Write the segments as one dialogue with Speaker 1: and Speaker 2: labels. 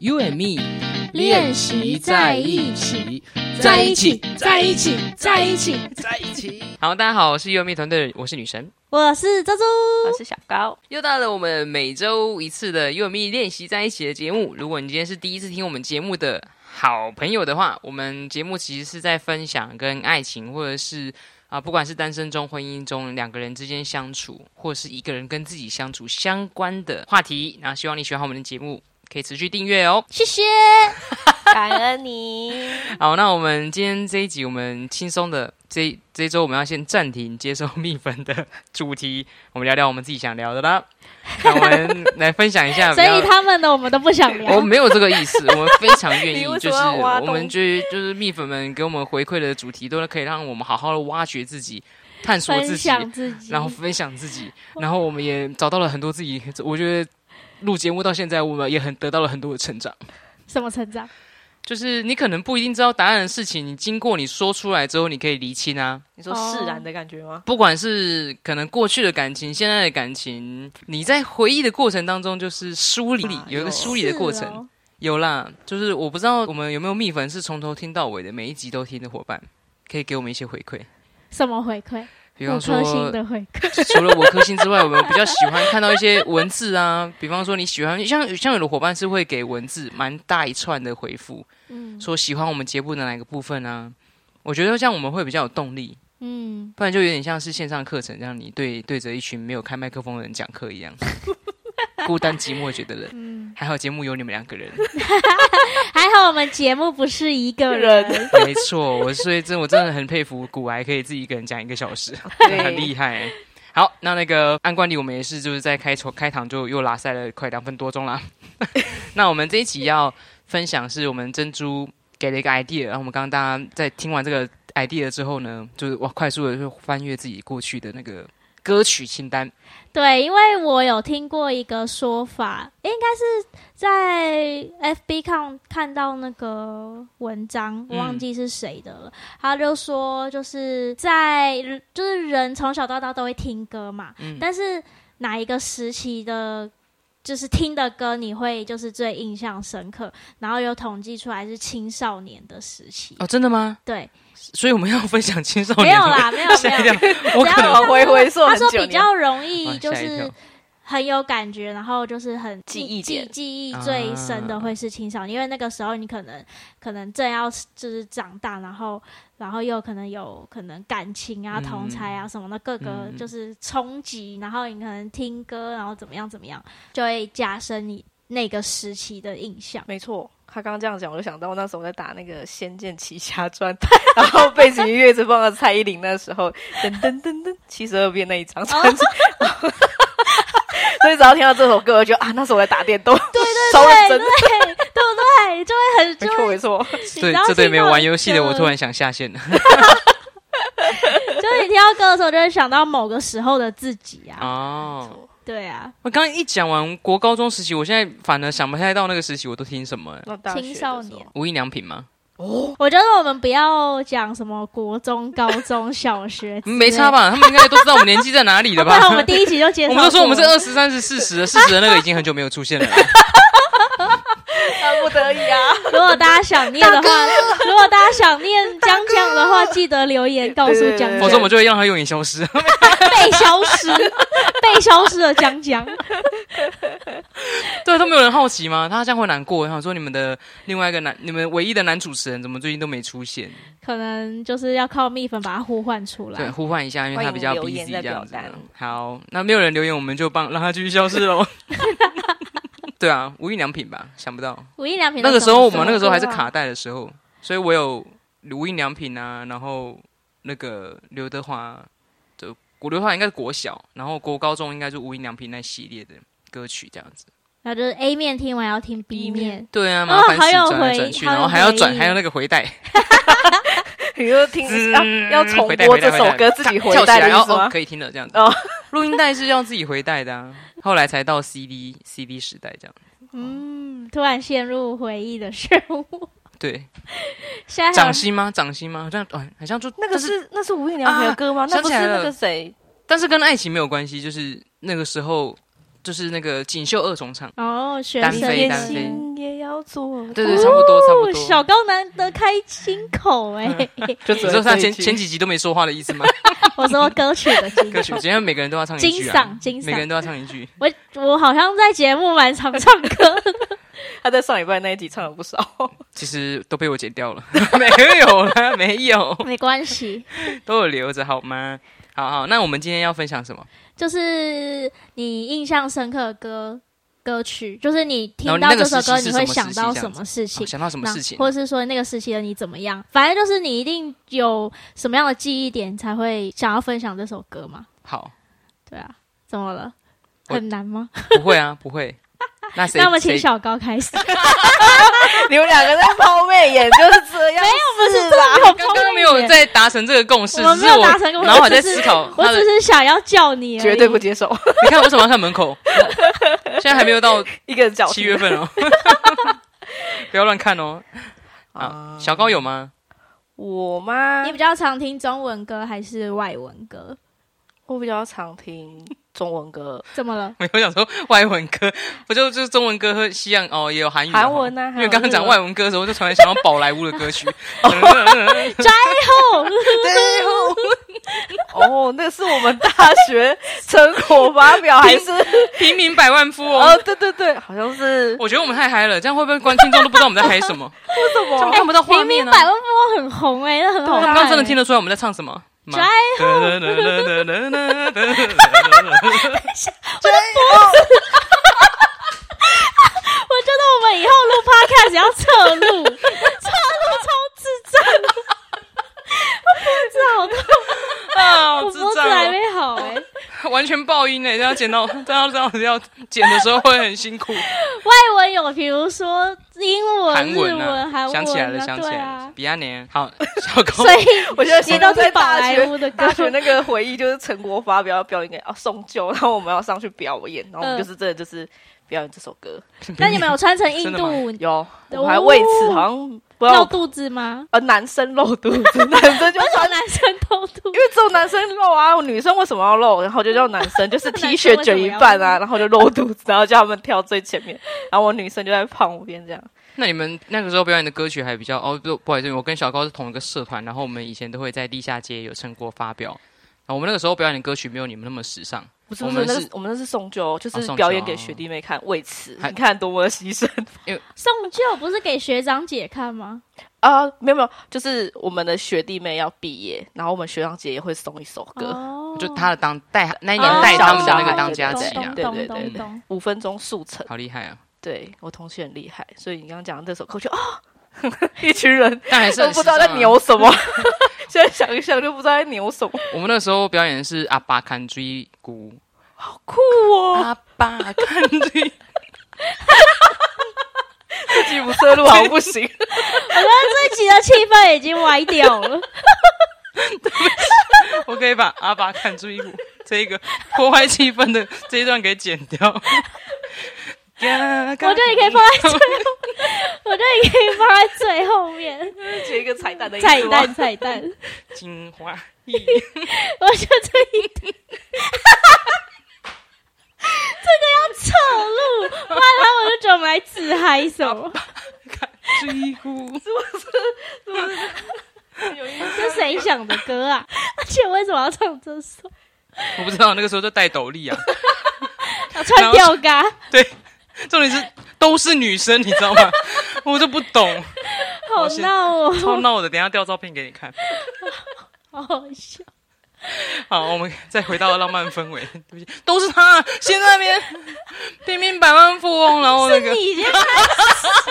Speaker 1: You and me
Speaker 2: 练习在一起，
Speaker 1: 在一起，在一起，在一起。
Speaker 3: 在一起。
Speaker 1: 好，大家好，我是 You and me 团队，我是女神，
Speaker 2: 我是周周，
Speaker 3: 我是小高，
Speaker 1: 又到了我们每周一次的 You and me 练习在一起的节目。如果你今天是第一次听我们节目的好朋友的话，我们节目其实是在分享跟爱情或者是。啊，不管是单身中、婚姻中，两个人之间相处，或是一个人跟自己相处相关的话题，然后希望你喜欢我们的节目，可以持续订阅哦。
Speaker 2: 谢谢。
Speaker 3: 感恩 你。
Speaker 1: 好，那我们今天这一集，我们轻松的这一这一周，我们要先暂停接受蜜粉的主题，我们聊聊我们自己想聊的 啦。那我们来分享一下，
Speaker 2: 所以他们的我们都不想
Speaker 1: 我
Speaker 2: 聊
Speaker 1: 们。没有这个意思，我们非常愿 意
Speaker 3: 你为，什
Speaker 1: 就
Speaker 3: 么
Speaker 1: 是
Speaker 3: 要挖
Speaker 1: 我
Speaker 3: 洞
Speaker 1: 们觉得就是蜜粉们给我们回馈的主题，都可以让我们好好的挖掘自己，探索自
Speaker 2: 分
Speaker 1: 己，
Speaker 2: 享自己，
Speaker 1: 然后分享自己，然后我们也找到了很多自己，我觉得录节目到现在，我们也很得到了很多的成长。
Speaker 2: 什么成长？
Speaker 1: 就是你可能不一定知道答案的事情，你经过你说出来之后，你可以厘清啊。
Speaker 3: 你说释然的感觉 吗？
Speaker 1: 不管是可能过去的感情、现在的感情，你在回忆的过程当中，就是梳理
Speaker 3: 哎，呦
Speaker 1: 有一个梳理的过程。
Speaker 2: 啊是哦
Speaker 1: 有啦，就是我不知道我们有没有蜜粉是从头听到尾的，每一集都听的伙伴，可以给我们一些回馈。
Speaker 2: 什么回馈？
Speaker 1: 比方
Speaker 2: 五颗星
Speaker 1: 说，
Speaker 2: 的回馈，
Speaker 1: 除了我颗星之外，我们比较喜欢看到一些文字啊。比方说，你喜欢像像有的伙伴是会给文字蛮大一串的回复，
Speaker 2: 嗯
Speaker 1: 说喜欢我们节目的哪个部分啊？我觉得这样我们会比较有动力，
Speaker 2: 嗯，
Speaker 1: 不然就有点像是线上课程，让你对对着一群没有开麦克风的人讲课一样， 孤单寂寞觉得冷。还好节目有你们两个人，
Speaker 2: 还好我们节目不是一个人，
Speaker 1: 没错，我所以真我真的很佩服古癌可以自己一个人讲一个小时，很厉害欸、好，那那个按惯例，我们也是就是在开头开场就又拉塞了快两分多钟啦。 那我们这一集要分享是我们珍珠给了一个 idea，然后我们刚刚大家在听完这个 idea 之后呢，就是哇快速的就翻阅自己过去的那个歌曲清单，
Speaker 2: 对，因为我有听过一个说法，应该是在 FB 看看到那个文章，我忘记是谁的了。他就说，就是在就是人从小到大都会听歌嘛，但是哪一个时期的？就是听的歌，你会就是最印象深刻，然后有统计出来是青少年的时期，
Speaker 1: 哦，真的吗？
Speaker 2: 对，
Speaker 1: 所以我们要分享青少年
Speaker 2: 没有啦，没有
Speaker 1: 吓一
Speaker 2: 没
Speaker 1: 跳
Speaker 2: 有，，
Speaker 1: 我
Speaker 2: 只
Speaker 1: 可能
Speaker 2: 要
Speaker 3: 能回回溯
Speaker 2: 他
Speaker 3: 很久
Speaker 2: 说比较容易
Speaker 1: 哇
Speaker 2: 就
Speaker 1: 吓一
Speaker 2: 是
Speaker 1: 跳
Speaker 2: 很有感觉，然后就是很
Speaker 3: 记忆
Speaker 2: 记
Speaker 3: 点
Speaker 2: 记忆最深的会是青少年，因为那个时候你可能可能正要就是长大，然后然后又可能有可能感情啊、
Speaker 1: 嗯
Speaker 2: 同才啊什么的，各个
Speaker 1: 嗯
Speaker 2: 就是冲击，然后你可能听歌，然后怎么样怎么样，就会加深你那个时期的印象。
Speaker 3: 没错，他刚刚这样讲，我就想到那时候我在打那个《仙剑奇侠传》，然后背景音乐一直放到蔡依林那时候，噔噔噔噔，七十二变那一张专辑。所以只要听到这首歌，我就觉得啊，那时候我在打电动，对对超认
Speaker 2: 对对
Speaker 3: 真，
Speaker 2: 对对，就会很
Speaker 3: 没
Speaker 2: 就
Speaker 3: 错
Speaker 2: 会
Speaker 3: 没错，
Speaker 1: 对这对没有玩游戏的我突然想下线了
Speaker 2: 就是你听到歌的时候，就会想到某个时候的自己啊。
Speaker 1: 哦。
Speaker 2: 对啊，
Speaker 1: 我刚刚一讲完国高中时期，我现在反而想不太到那个时期我都听什么、欸。
Speaker 3: 那大学的
Speaker 2: 青少年
Speaker 3: 时候
Speaker 1: 无印良品吗？
Speaker 2: 我觉得我们不要讲什么国中、高中、小学，
Speaker 1: 嗯没差？吧？他们应该都知道我们年纪在哪里了
Speaker 2: 不
Speaker 1: 吧
Speaker 2: 然？我们第一集就介绍
Speaker 1: 我
Speaker 2: 过
Speaker 1: 们都
Speaker 2: 了。
Speaker 1: 说我们是二十、三十、四十，四十的那个已经很久没有出现了。
Speaker 3: 啊，不得已啊，
Speaker 2: 如果大家想念的话，如果大家想念江江的话，记得留言告诉江江。
Speaker 1: 否则我们就会让他永远消失。
Speaker 2: 被消失， 被消失的江江。
Speaker 1: 对，都没有人好奇吗？他这样会难过。然后说你们的另外一个男，你们唯一的男主持人怎么最近都没出现？
Speaker 2: 可能就是要靠蜜粉把它呼唤出
Speaker 1: 对，
Speaker 2: 来。
Speaker 1: 呼唤一下，因为他比较
Speaker 3: 啊欢迎留言
Speaker 1: busy
Speaker 3: 在
Speaker 1: 这样子
Speaker 3: 表单。
Speaker 1: 好，那没有人留言，我们就帮让他继续消失 喽。对啊，无印良品吧，想不到。
Speaker 2: 无印良品
Speaker 1: 那个时候我们那个时候
Speaker 3: 歌
Speaker 1: 还是
Speaker 3: 啊
Speaker 1: 卡带的时候，所以我有无印良品啊，然后那个刘德华的国刘德华应该是国小，然后国高中应该是无印良品那系列的歌曲这样子。
Speaker 2: 然后就是 A 面听完要听 B
Speaker 3: B
Speaker 2: 面
Speaker 3: 面，
Speaker 1: 对啊，
Speaker 2: 哦
Speaker 1: 麻烦
Speaker 2: 好
Speaker 1: 是
Speaker 2: 有
Speaker 1: 转来
Speaker 2: 回
Speaker 1: 转去，
Speaker 2: 好有
Speaker 1: 然后还要转，
Speaker 2: 回忆
Speaker 1: 还有那个回 带， 嗯
Speaker 3: 你就听要啊要重
Speaker 1: 回带
Speaker 3: 播
Speaker 1: 回带
Speaker 3: 这首
Speaker 1: 回带
Speaker 3: 歌，自己回
Speaker 1: 跳起
Speaker 3: 带
Speaker 1: 来，
Speaker 3: 的意
Speaker 1: 然
Speaker 3: 思
Speaker 1: 后哦
Speaker 3: 吗？
Speaker 1: 可以听了这样子
Speaker 3: 哦。
Speaker 1: 录音带是要自己回带的啊，后来才到 CD CD 时代这样。
Speaker 2: 嗯，突然陷入回忆的漩涡。
Speaker 1: 对，
Speaker 2: 现在还有
Speaker 1: 掌心吗？掌心吗？好像哦，好像就
Speaker 3: 哎那个
Speaker 1: 就是
Speaker 3: 那是无印良品的歌吗
Speaker 1: 啊？
Speaker 3: 那不是
Speaker 1: 想起来了
Speaker 3: 那个谁？
Speaker 1: 但是跟爱情没有关系，就是那个时候，就是那个锦绣二重唱，
Speaker 2: 哦，学
Speaker 1: 单
Speaker 2: 生
Speaker 1: 飞
Speaker 3: 连
Speaker 1: 单飞
Speaker 2: 心
Speaker 3: 心也要操作，
Speaker 1: 对对，差不多差不
Speaker 2: 哦，小
Speaker 1: 多。
Speaker 2: 高难得开金口哎、
Speaker 3: 就
Speaker 1: 你
Speaker 3: 只
Speaker 1: 说
Speaker 3: 能
Speaker 1: 像
Speaker 3: 这一
Speaker 1: 前
Speaker 3: 句
Speaker 1: 前几集都没说话的意思吗？
Speaker 2: 我说歌曲的金
Speaker 1: 歌曲，今天每个人都要唱一
Speaker 2: 金
Speaker 1: 句啊
Speaker 2: 嗓，金
Speaker 1: 每个人
Speaker 2: 嗓，
Speaker 1: 都要唱一句。
Speaker 2: 我我好像在节目蛮常唱歌 的，
Speaker 3: 他在上礼拜那一集唱了不少，
Speaker 1: 其实都被我剪掉了， 没有啦，没有，
Speaker 2: 没关系。
Speaker 1: 都有留着好吗？好好，那我们今天要分享什么？
Speaker 2: 就是你印象深刻的歌歌曲，就是你听
Speaker 1: 然
Speaker 2: 到
Speaker 1: 后那
Speaker 2: 这
Speaker 1: 个
Speaker 2: 首歌，
Speaker 1: 时期
Speaker 2: 你
Speaker 1: 是
Speaker 2: 会
Speaker 1: 什么
Speaker 2: 想
Speaker 1: 时期
Speaker 2: 到
Speaker 1: 这
Speaker 2: 什
Speaker 1: 样子
Speaker 2: 么事
Speaker 1: 好
Speaker 2: 情？
Speaker 1: 想到什么
Speaker 2: 那
Speaker 1: 事情？啊
Speaker 2: 或是说那个时期的你怎么样？反正就是你一定有什么样的记忆点才会想要分享这首歌嘛？
Speaker 1: 好，
Speaker 2: 对啊，怎么了？
Speaker 1: 我
Speaker 2: 很难吗？
Speaker 1: 不会啊，不会。那谁？
Speaker 2: 那我们请
Speaker 1: 谁
Speaker 2: 小高开 始。
Speaker 3: 你们两个在抛媚眼就是这样，没有，不是啦。
Speaker 2: 我
Speaker 1: 刚刚没有在达成这个共识，
Speaker 2: 我
Speaker 1: 只
Speaker 2: 没
Speaker 1: 是
Speaker 2: 有
Speaker 1: 我
Speaker 2: 达成共识，
Speaker 1: 然后
Speaker 2: 我
Speaker 1: 还在
Speaker 2: 只是
Speaker 1: 思考
Speaker 2: 我
Speaker 1: 他的
Speaker 2: 只。是想要叫你而已，
Speaker 3: 绝对不接受
Speaker 1: 你看为什么要看门 口？现在还没有到
Speaker 3: 一个人脚
Speaker 1: 七月份哦，不要乱看哦。啊，小高有吗？
Speaker 3: 我吗
Speaker 2: 你？比较常听中文歌还是外文歌？
Speaker 3: 我比较常听中文歌，
Speaker 2: 怎么了？
Speaker 1: 我有想说外文歌，我就就是中文歌和西洋哦，也有韩语、
Speaker 3: 韩文啊
Speaker 1: 哦
Speaker 3: 还
Speaker 1: 因
Speaker 3: 有
Speaker 1: 为刚刚
Speaker 3: 日
Speaker 1: 讲
Speaker 3: 文
Speaker 1: 外文歌的时候，我就突然想到宝莱坞的歌曲。
Speaker 2: 哦，
Speaker 3: 哦，那是我们大学成果发表还 是？
Speaker 1: 平民百万富翁。
Speaker 3: 哦，对对对，好像是
Speaker 1: 我觉得我们太嗨了，这样会不会观听众都不知道我们在嗨什么？
Speaker 3: 为什
Speaker 1: 他们
Speaker 3: 么？
Speaker 1: 看不到 画
Speaker 2: 明明
Speaker 1: 面呢、
Speaker 2: 百万富翁很红哎，那很好
Speaker 1: 我
Speaker 2: 看欸。
Speaker 1: 刚刚真的听得出来我们在唱什么吗？
Speaker 2: Drive 我觉得我们以后录 podcast 要侧录， 侧录超智障的，我脖子好痛，
Speaker 1: 啊，
Speaker 2: 我
Speaker 1: 智
Speaker 2: 脖子
Speaker 1: 障
Speaker 2: 还
Speaker 1: 哦、
Speaker 2: 没好哎。
Speaker 1: 完全爆音欸呢、这样剪到这样这样子要剪的时候会很辛苦。
Speaker 2: 外文有，比如说英文、
Speaker 1: 韩
Speaker 2: 哦日文、
Speaker 1: 文啊，
Speaker 2: 韩文啊，
Speaker 1: 想起来了，想起
Speaker 2: 对
Speaker 1: 来
Speaker 2: 啊
Speaker 1: 了，。比亚年 好，小高
Speaker 2: 所以
Speaker 3: 我觉得现
Speaker 2: 你
Speaker 3: 在
Speaker 2: 都是
Speaker 3: 在
Speaker 2: 宝
Speaker 3: 大
Speaker 2: 莱
Speaker 3: 学
Speaker 2: 坞的歌
Speaker 3: 大，学那个回忆就是成果发表要表演给啊送旧，然后我们要上去表演，然后我们
Speaker 2: 嗯
Speaker 3: 就是真的就是表演这首歌。
Speaker 2: 那你们有穿成印
Speaker 1: 真的
Speaker 2: 度
Speaker 1: 吗
Speaker 2: 舞
Speaker 3: 有，我还为此好像不知
Speaker 2: 露
Speaker 3: 道
Speaker 2: 肚子吗？
Speaker 3: 呃男生露 肚子，男生就
Speaker 2: 为什么
Speaker 3: 穿，
Speaker 2: 男生露肚
Speaker 3: 因？为只有男生露啊，女生为什么要露？然后就叫 男生就是
Speaker 2: 男
Speaker 3: T
Speaker 2: 生
Speaker 3: 恤卷
Speaker 2: 为
Speaker 3: 一
Speaker 2: 什么要
Speaker 3: 半啊，
Speaker 2: 露
Speaker 3: 然后就露肚子， 然后叫他们跳最前面，然后我女生就在旁边这样。
Speaker 1: 那你们那个时候表演的歌曲还比较哦，不不好意思，我跟小高是同一个社团，然后我们以前都会在地下街有成果发表。然后我们那个时候表演的歌曲没有你们那么时尚，
Speaker 3: 不是
Speaker 1: 我
Speaker 3: 不
Speaker 1: 们
Speaker 3: 是，那
Speaker 1: 是
Speaker 3: 是我们那是送旧，就
Speaker 1: 哦
Speaker 3: 是
Speaker 1: 送
Speaker 3: 表
Speaker 1: 旧
Speaker 3: 演给
Speaker 1: 哦
Speaker 3: 学弟妹看。为此，
Speaker 1: 还
Speaker 3: 你看多么的牺牲
Speaker 2: 送旧不是给学长姐看吗？
Speaker 3: 啊！没有没有，就是我们的学弟妹要毕业，然后我们学长姐也会送一首歌，
Speaker 2: 哦
Speaker 1: 就他的当带那一
Speaker 3: 一
Speaker 1: 年
Speaker 3: 年
Speaker 1: 带
Speaker 3: 带
Speaker 1: 他
Speaker 3: 他
Speaker 1: 们
Speaker 3: 们
Speaker 1: 的
Speaker 3: 的
Speaker 1: 那
Speaker 3: 那
Speaker 1: 个
Speaker 3: 个
Speaker 1: 当
Speaker 3: 当
Speaker 1: 家
Speaker 3: 家
Speaker 1: 姐
Speaker 3: 姐
Speaker 1: 啊
Speaker 3: 啊，
Speaker 2: 懂懂
Speaker 3: 对对
Speaker 2: 懂
Speaker 3: 对
Speaker 2: 懂。
Speaker 3: 五分钟速成。
Speaker 1: 好厉害啊！
Speaker 3: 对我同学很厉害，所以你刚刚讲的这首歌，我就啊， 一群人
Speaker 1: 但还是
Speaker 3: 都
Speaker 1: 很
Speaker 3: 不知道
Speaker 1: 时尚
Speaker 3: 在
Speaker 1: 啊
Speaker 3: 扭什么， 现在想一想就不知道在扭 什么，
Speaker 1: 我们那时候表演的是阿巴坎追鼓，
Speaker 3: 酷哦！
Speaker 1: 阿巴坎追，
Speaker 3: 自己不摄入好像不行，
Speaker 2: 这集的气氛已经歪 掉了。
Speaker 1: 我可以把阿巴坎追鼓这个破坏气氛的这一段给剪掉。我
Speaker 2: 我觉得你可以放在最后，我觉得你可以放在最后 面，
Speaker 3: 接一个彩蛋的意思
Speaker 2: 彩
Speaker 3: 吗
Speaker 2: 蛋彩蛋。
Speaker 1: 精华。
Speaker 2: 我觉得这一 点，这个要侧录，不然他我就觉得我们来自嗨什 么？
Speaker 1: 追鼓，
Speaker 2: 这谁想的歌啊？ 而且为什么要唱这首？啊
Speaker 1: 我不知道那个时候就戴斗笠啊。
Speaker 2: 要穿吊嘎，
Speaker 1: 对，重点是都是女生，你知道吗？我就不懂，
Speaker 2: 好闹哦，
Speaker 1: 超闹的。等一下调照片给你看。
Speaker 2: 好好笑。
Speaker 1: 好，我们再回到浪漫氛围。对不起，都是他，先在那边平民百万富翁，然后那
Speaker 2: 是
Speaker 1: 个
Speaker 2: 你已经开始，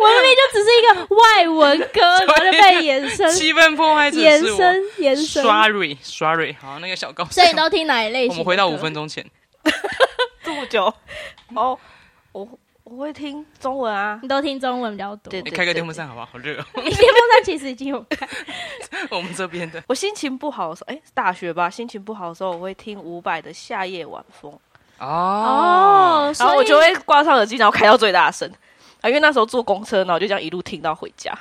Speaker 2: 我明明就只是一个外文歌，然后就被延 伸、
Speaker 1: 气氛破坏者
Speaker 2: 延
Speaker 1: 是我。
Speaker 2: 伸、延伸。
Speaker 1: Sorry, sorry。好，那个小高，
Speaker 2: 所以你都听哪一类型？
Speaker 1: 我们回到五。分钟前。
Speaker 3: 这么久，哦，我我会听中文啊，
Speaker 2: 你都听中文比较多，
Speaker 3: 对
Speaker 1: 你开个电风扇好不好？好热哦，
Speaker 2: 你电风扇其实已经有看，
Speaker 1: 我们这边的。
Speaker 3: 我心情不好的时候，哎、大学吧，心情不好的时候，我会听伍佰的《夏夜晚风》，
Speaker 1: 哦，
Speaker 2: 哦所
Speaker 3: 然
Speaker 2: 以
Speaker 3: 后我就会挂上耳机，然后开到最大声啊，因为那时候坐公车，然后就这样一路听到回家，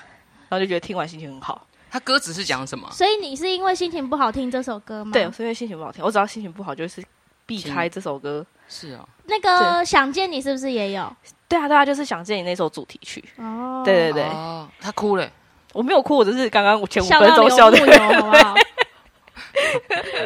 Speaker 3: 然后就觉得听完心情很好。
Speaker 1: 他歌词是讲什么？
Speaker 2: 所以你是
Speaker 3: 嗯
Speaker 2: 因为心情不好听这首歌吗？
Speaker 3: 对，是因为心情不好听，我只要心情不好就是避开这首歌，
Speaker 1: 是哦，
Speaker 2: 那个想见你是不是也有？
Speaker 3: 对啊，对啊，就是想见你那首主题曲。
Speaker 2: 哦，
Speaker 3: 对对对，
Speaker 1: 哦，他哭了，
Speaker 3: 我没有哭，我只是刚刚前五
Speaker 2: 笑
Speaker 3: 分
Speaker 2: 到
Speaker 3: 钟
Speaker 2: 流
Speaker 3: 笑的
Speaker 2: 目，游好不好？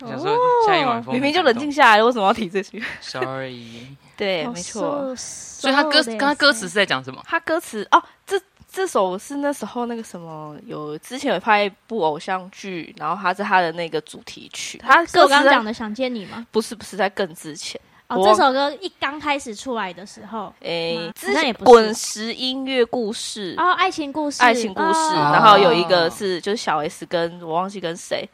Speaker 1: 想说下一晚风
Speaker 3: 哦明明就冷静下来了，为什么要提这句？
Speaker 1: ，sorry。
Speaker 3: 对，
Speaker 2: 哦
Speaker 3: 没错。，
Speaker 1: 所以他歌跟他歌词是在讲什么？
Speaker 3: 他歌词哦，这这首是那时候那个什么，有之前有拍一部偶像剧，然后它是他的那个主题曲。他
Speaker 2: 是我
Speaker 3: 歌词
Speaker 2: 刚刚
Speaker 3: 在
Speaker 2: 讲的《想见你》吗？
Speaker 3: 不是不是在更之前，
Speaker 2: 哦，
Speaker 3: 我
Speaker 2: 这首歌一刚开始出来的时候，
Speaker 3: 诶、
Speaker 2: 嗯
Speaker 3: 之
Speaker 2: 那
Speaker 3: 前
Speaker 2: 也不是
Speaker 3: 滚石音乐故事。
Speaker 2: 哦，爱情故事，
Speaker 3: 爱情故事，
Speaker 2: 哦
Speaker 3: 然后有一个是就是小 S 跟我忘记跟谁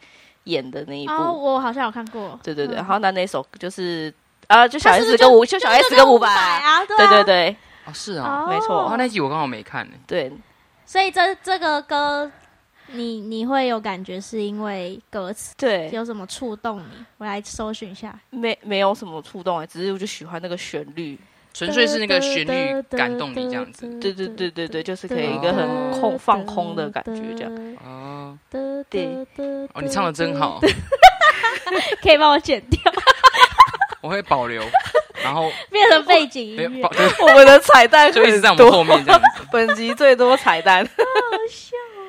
Speaker 3: 演的那一部，
Speaker 2: 哦，我好像有看过，
Speaker 3: 对对对，
Speaker 2: 嗯
Speaker 3: 然后那那首就是啊，就小
Speaker 2: 他是不
Speaker 3: S
Speaker 2: 是
Speaker 3: 跟
Speaker 2: 就
Speaker 3: 伍，就小
Speaker 2: 就是
Speaker 3: S 跟伍
Speaker 2: 伍佰
Speaker 3: 佰，
Speaker 2: 啊，对
Speaker 3: 对对
Speaker 2: 啊，
Speaker 3: 对
Speaker 1: 哦，是啊，
Speaker 2: 哦，
Speaker 3: 没错
Speaker 1: 哦，那集我刚好没看呢。
Speaker 3: 对，
Speaker 2: 所以这这个歌，你你会有感觉是因为歌词
Speaker 3: 对，
Speaker 2: 有什么触动你？我来搜寻一下，
Speaker 3: 没没有什么触动啊，只是我就喜欢那个旋律，
Speaker 1: 纯粹是那个旋律感动你这样子。
Speaker 3: 对对对对嗯对，就是可以
Speaker 1: 对
Speaker 3: 一个很空
Speaker 2: 哦
Speaker 3: 放空的感觉，这样。
Speaker 2: 样。
Speaker 1: 哦，
Speaker 3: 对
Speaker 1: 哦，你唱的真，好，
Speaker 2: 可以帮我剪掉，
Speaker 1: 我会保留，然后
Speaker 2: 变成背景音
Speaker 1: 没有
Speaker 2: 乐
Speaker 1: 保，， 对，
Speaker 3: 我们的彩蛋
Speaker 1: 就一直在我
Speaker 3: 很
Speaker 1: 们
Speaker 3: 多，
Speaker 1: 后面这样 子，
Speaker 3: 本集最多彩 蛋，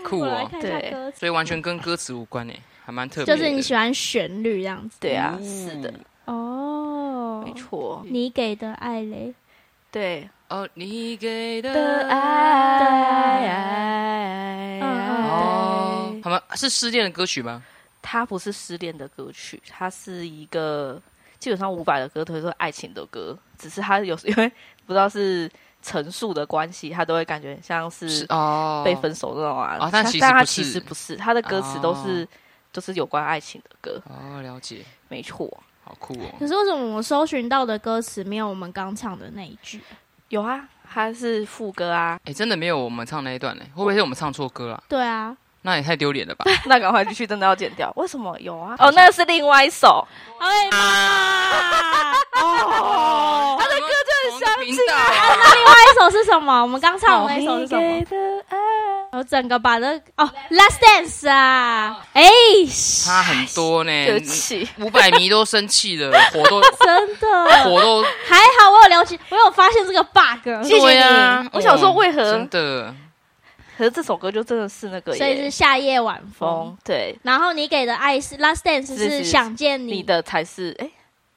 Speaker 1: 酷
Speaker 2: 我来
Speaker 1: 哦，
Speaker 2: 看一下
Speaker 3: 对
Speaker 2: 歌词，
Speaker 1: 所以完全跟歌词无关呢，还蛮特别
Speaker 2: 就
Speaker 1: 的。
Speaker 2: 是你喜欢旋律这样子。
Speaker 3: 对啊，
Speaker 1: 哦
Speaker 3: 是的，
Speaker 2: 哦
Speaker 3: 没，错，
Speaker 2: 你给的爱嘞，
Speaker 3: 对
Speaker 1: 哦，你给
Speaker 3: 的
Speaker 1: 的
Speaker 3: 爱，
Speaker 1: 哦，他们是失恋的歌曲吗？
Speaker 3: 它不是失恋的歌曲，它是一个基本上伍佰的歌都是爱情的歌，只是它有时 因为不知道是陈述的关系，它都会感觉像是
Speaker 1: 哦，
Speaker 3: 嗯被分手那种啊。
Speaker 1: 哦但
Speaker 3: 但
Speaker 1: 其实
Speaker 3: 它
Speaker 1: 不
Speaker 3: 其
Speaker 1: 是
Speaker 3: 实不是，它的歌词都是、都是有关爱情的歌，
Speaker 1: 哦，了解，
Speaker 3: 没错。
Speaker 1: 好酷
Speaker 2: 可
Speaker 1: 哦。
Speaker 2: 是为什么我搜寻到的歌词没有我们刚唱的那一句？
Speaker 3: 有啊，它是副歌啊，
Speaker 1: 哎，真的没有我们唱那一段呢，会不会是我们唱错歌了？
Speaker 2: 对啊，
Speaker 1: 那也太丢脸了 吧！
Speaker 3: 那赶快去真的要剪掉。为什么有啊？
Speaker 1: 好
Speaker 3: 哦，那是另外一首。
Speaker 2: 哎 妈！
Speaker 3: 啊哦，
Speaker 1: 他的歌就很相近啊。
Speaker 2: 那另外一首是什么？我们刚唱的那一首是什么
Speaker 3: 哦你？给的爱
Speaker 2: 我整个把这哦，Last Dance 啊，哎，
Speaker 1: 差很多呢，
Speaker 3: 对不起，
Speaker 1: 五百迷都生气了，火 都
Speaker 2: 真的
Speaker 3: 哦
Speaker 1: 火都
Speaker 2: 还好，我有了解，我有发现这个 bug，
Speaker 3: 谢谢
Speaker 1: 对啊
Speaker 3: 你我想说为何
Speaker 1: 真的
Speaker 3: 可是这首歌就真的是那个
Speaker 2: 所以
Speaker 3: 耶
Speaker 2: 是夏夜晚风
Speaker 3: 风。对，
Speaker 2: 然后你给的爱是 Last Dance
Speaker 3: 是
Speaker 2: 是
Speaker 3: 是
Speaker 2: 想见
Speaker 3: 你
Speaker 2: 你，
Speaker 3: 的才是哎、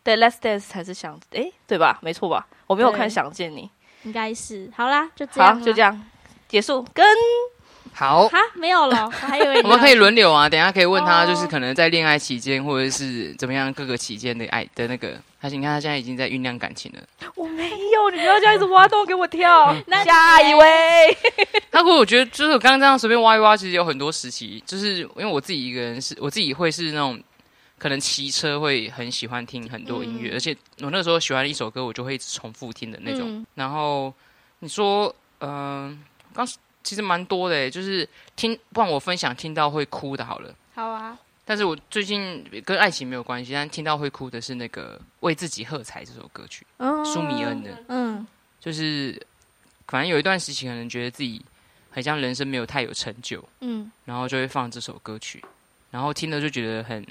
Speaker 3: 对，Let's Dance 才是想哎、对吧？没错吧？我没有
Speaker 2: 对
Speaker 3: 看《想见你
Speaker 2: 应该是好啦，就》，这
Speaker 3: 好
Speaker 2: 样，，
Speaker 3: 就这。样啊结束。跟
Speaker 1: 好。
Speaker 2: 哈，没 有了，我还以为
Speaker 1: 哦我
Speaker 2: 你
Speaker 1: 们可以
Speaker 2: 要
Speaker 1: 轮流啊，等一下可以问他，
Speaker 2: 哦
Speaker 1: 就是可能在恋爱期间，或者是怎么样各个期间的爱的那个。他你看他现在已经在酝酿感情了。
Speaker 3: 我没有，你不要这样一直挖洞给我跳。
Speaker 2: 那
Speaker 3: 下一位，
Speaker 1: 他会，我觉得就是我刚刚这样随便挖一挖，其实有很多时期，就是因为我自己一个人是，我自己会是那种可能骑车会很喜欢听很多音乐，
Speaker 2: 嗯
Speaker 1: 而且我那时候喜欢一首歌，我就会一直重复听的那种。
Speaker 2: 嗯
Speaker 1: 然后你说，嗯、刚其实蛮多的欸，就是听，不然我分享听到会哭的，好了。
Speaker 2: 好啊，
Speaker 1: 但是我最近跟爱情没有关系，但听到会哭的是那个《为自己喝彩》这首歌曲，
Speaker 2: 嗯
Speaker 1: 舒米恩的。
Speaker 2: 嗯，
Speaker 1: 就是反正有一段时期，可能觉得自己很像人生没有太有成就，
Speaker 2: 嗯，
Speaker 1: 然后就会放这首歌曲，然后听了就觉得很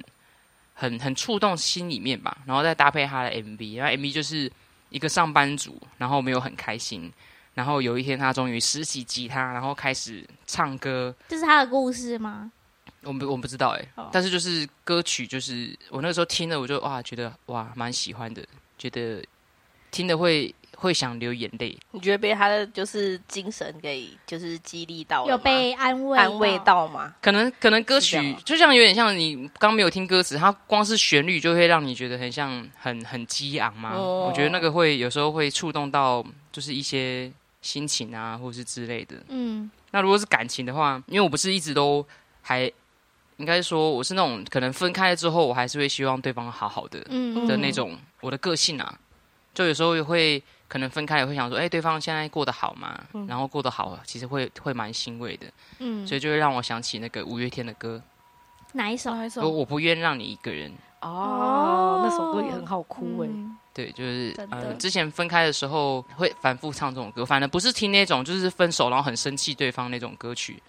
Speaker 1: 很很触动心里面吧，然后再搭配他的 MV，然后 MV 就是一个上班族，然后没有很开心，然后有一天他终于拾起吉他，然后开始唱歌，
Speaker 2: 这是他的故事吗？
Speaker 1: 我不我不知道哎、
Speaker 2: 哦
Speaker 1: 但是就是歌曲，就是我那时候听了，我就哇觉得哇蛮喜欢的，觉得听了会会想流眼泪，
Speaker 3: 你觉得被他的就是精神给就是激励到了吗，
Speaker 2: 有被安慰
Speaker 3: 安慰到吗？
Speaker 1: 可能可能歌
Speaker 3: 是这样啊
Speaker 1: 曲
Speaker 3: 吗
Speaker 1: 就像有点像你刚没有听歌词，它光是旋律就会让你觉得很像很很激昂嘛。
Speaker 3: 哦
Speaker 1: 我觉得那个会有时候会触动到就是一些心情啊，或是之类的。
Speaker 2: 嗯，
Speaker 1: 那如果是感情的话，因为我不是一直都还应该说我是那种可能分开了之后，我还是会希望对方好好的，
Speaker 2: 嗯
Speaker 1: 的那种我的个性啊，就有时候也会可能分开也会想说，哎、对方现在过得好吗？
Speaker 3: 嗯
Speaker 1: 然后过得好，其实会会蛮欣慰的，
Speaker 2: 嗯，
Speaker 1: 所以就会让我想起那个五月天的歌，
Speaker 2: 哪一首？
Speaker 3: 一
Speaker 1: 我我不愿让你一个人。
Speaker 3: 哦，那首歌也很好哭哎、
Speaker 2: 嗯
Speaker 1: 对，就是
Speaker 2: 真的
Speaker 1: 呃，之前分开的时候会反复唱这种歌，反正不是听那种就是分手然后很生气对方那种歌曲，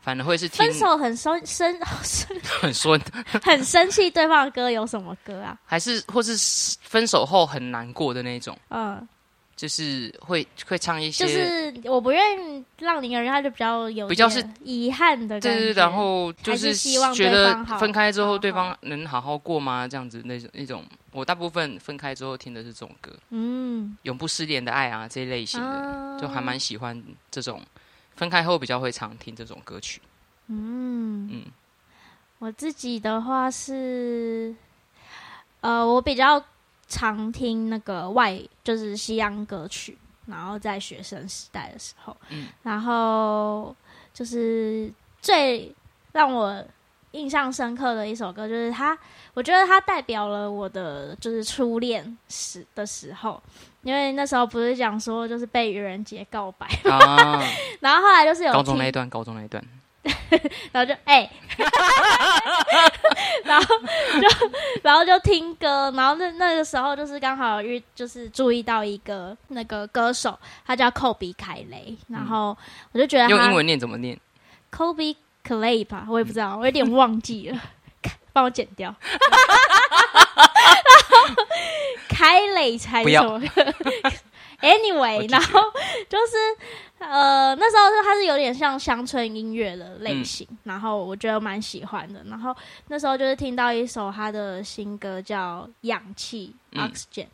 Speaker 1: 反而会是听
Speaker 2: 分手很生生
Speaker 1: 很说，
Speaker 2: 很生气对方的歌有什么歌啊？
Speaker 1: 还是或是分手后很难过的那种，
Speaker 2: 嗯，
Speaker 1: 就是会会唱一些，
Speaker 2: 就是我不愿意让你一个人，他就比较有
Speaker 1: 比较
Speaker 2: 点
Speaker 1: 是
Speaker 2: 遗憾的感觉。
Speaker 1: 对对对，然后就
Speaker 2: 还是希望
Speaker 1: 觉
Speaker 2: 对
Speaker 1: 得
Speaker 2: 方好嗯
Speaker 1: 分开之
Speaker 2: 好
Speaker 1: 后对
Speaker 2: 好
Speaker 1: 方能好好过吗？这样子那种那种，我大部分分开之后听的是这种歌，《
Speaker 2: 嗯，
Speaker 1: 永不失联的爱》啊这一类型的，
Speaker 2: 啊
Speaker 1: 就还蛮喜欢这种。分开后比较会常听这种歌 曲，
Speaker 2: 嗯
Speaker 1: 嗯，
Speaker 2: 我自己的话是，呃，我比较常听那个外就是西洋歌曲，然后在学生时代的时候，
Speaker 1: 嗯
Speaker 2: 然后就是最让我印象深刻的一首歌，就是它，我觉得它代表了我的就是初恋时的时候，因为那时候不是讲说就是被愚人节告白，
Speaker 1: 啊，
Speaker 2: 然后后来就是有
Speaker 1: 高中
Speaker 2: 听
Speaker 1: 那一段，高中那一段，
Speaker 2: 然后就哎、 然后就然后就听歌，然后那那个时候就是刚好遇就是注意到一个那个歌手，他叫寇比凯雷，然后我就觉得
Speaker 1: 嗯用
Speaker 2: 他
Speaker 1: 英文念怎么念？
Speaker 2: Kobe Clay 吧，我也不知道，我有点忘记了， 帮我剪掉。 然后凯磊才
Speaker 1: 不
Speaker 2: 是
Speaker 1: 要
Speaker 2: 什么 ？Anyway，然后就是呃，那时候是它是有点像乡村音乐的类型，然后我觉得蛮喜欢的。然后那时候就是听到一首他的新歌叫《氧气》
Speaker 1: 嗯
Speaker 2: （Oxygen），、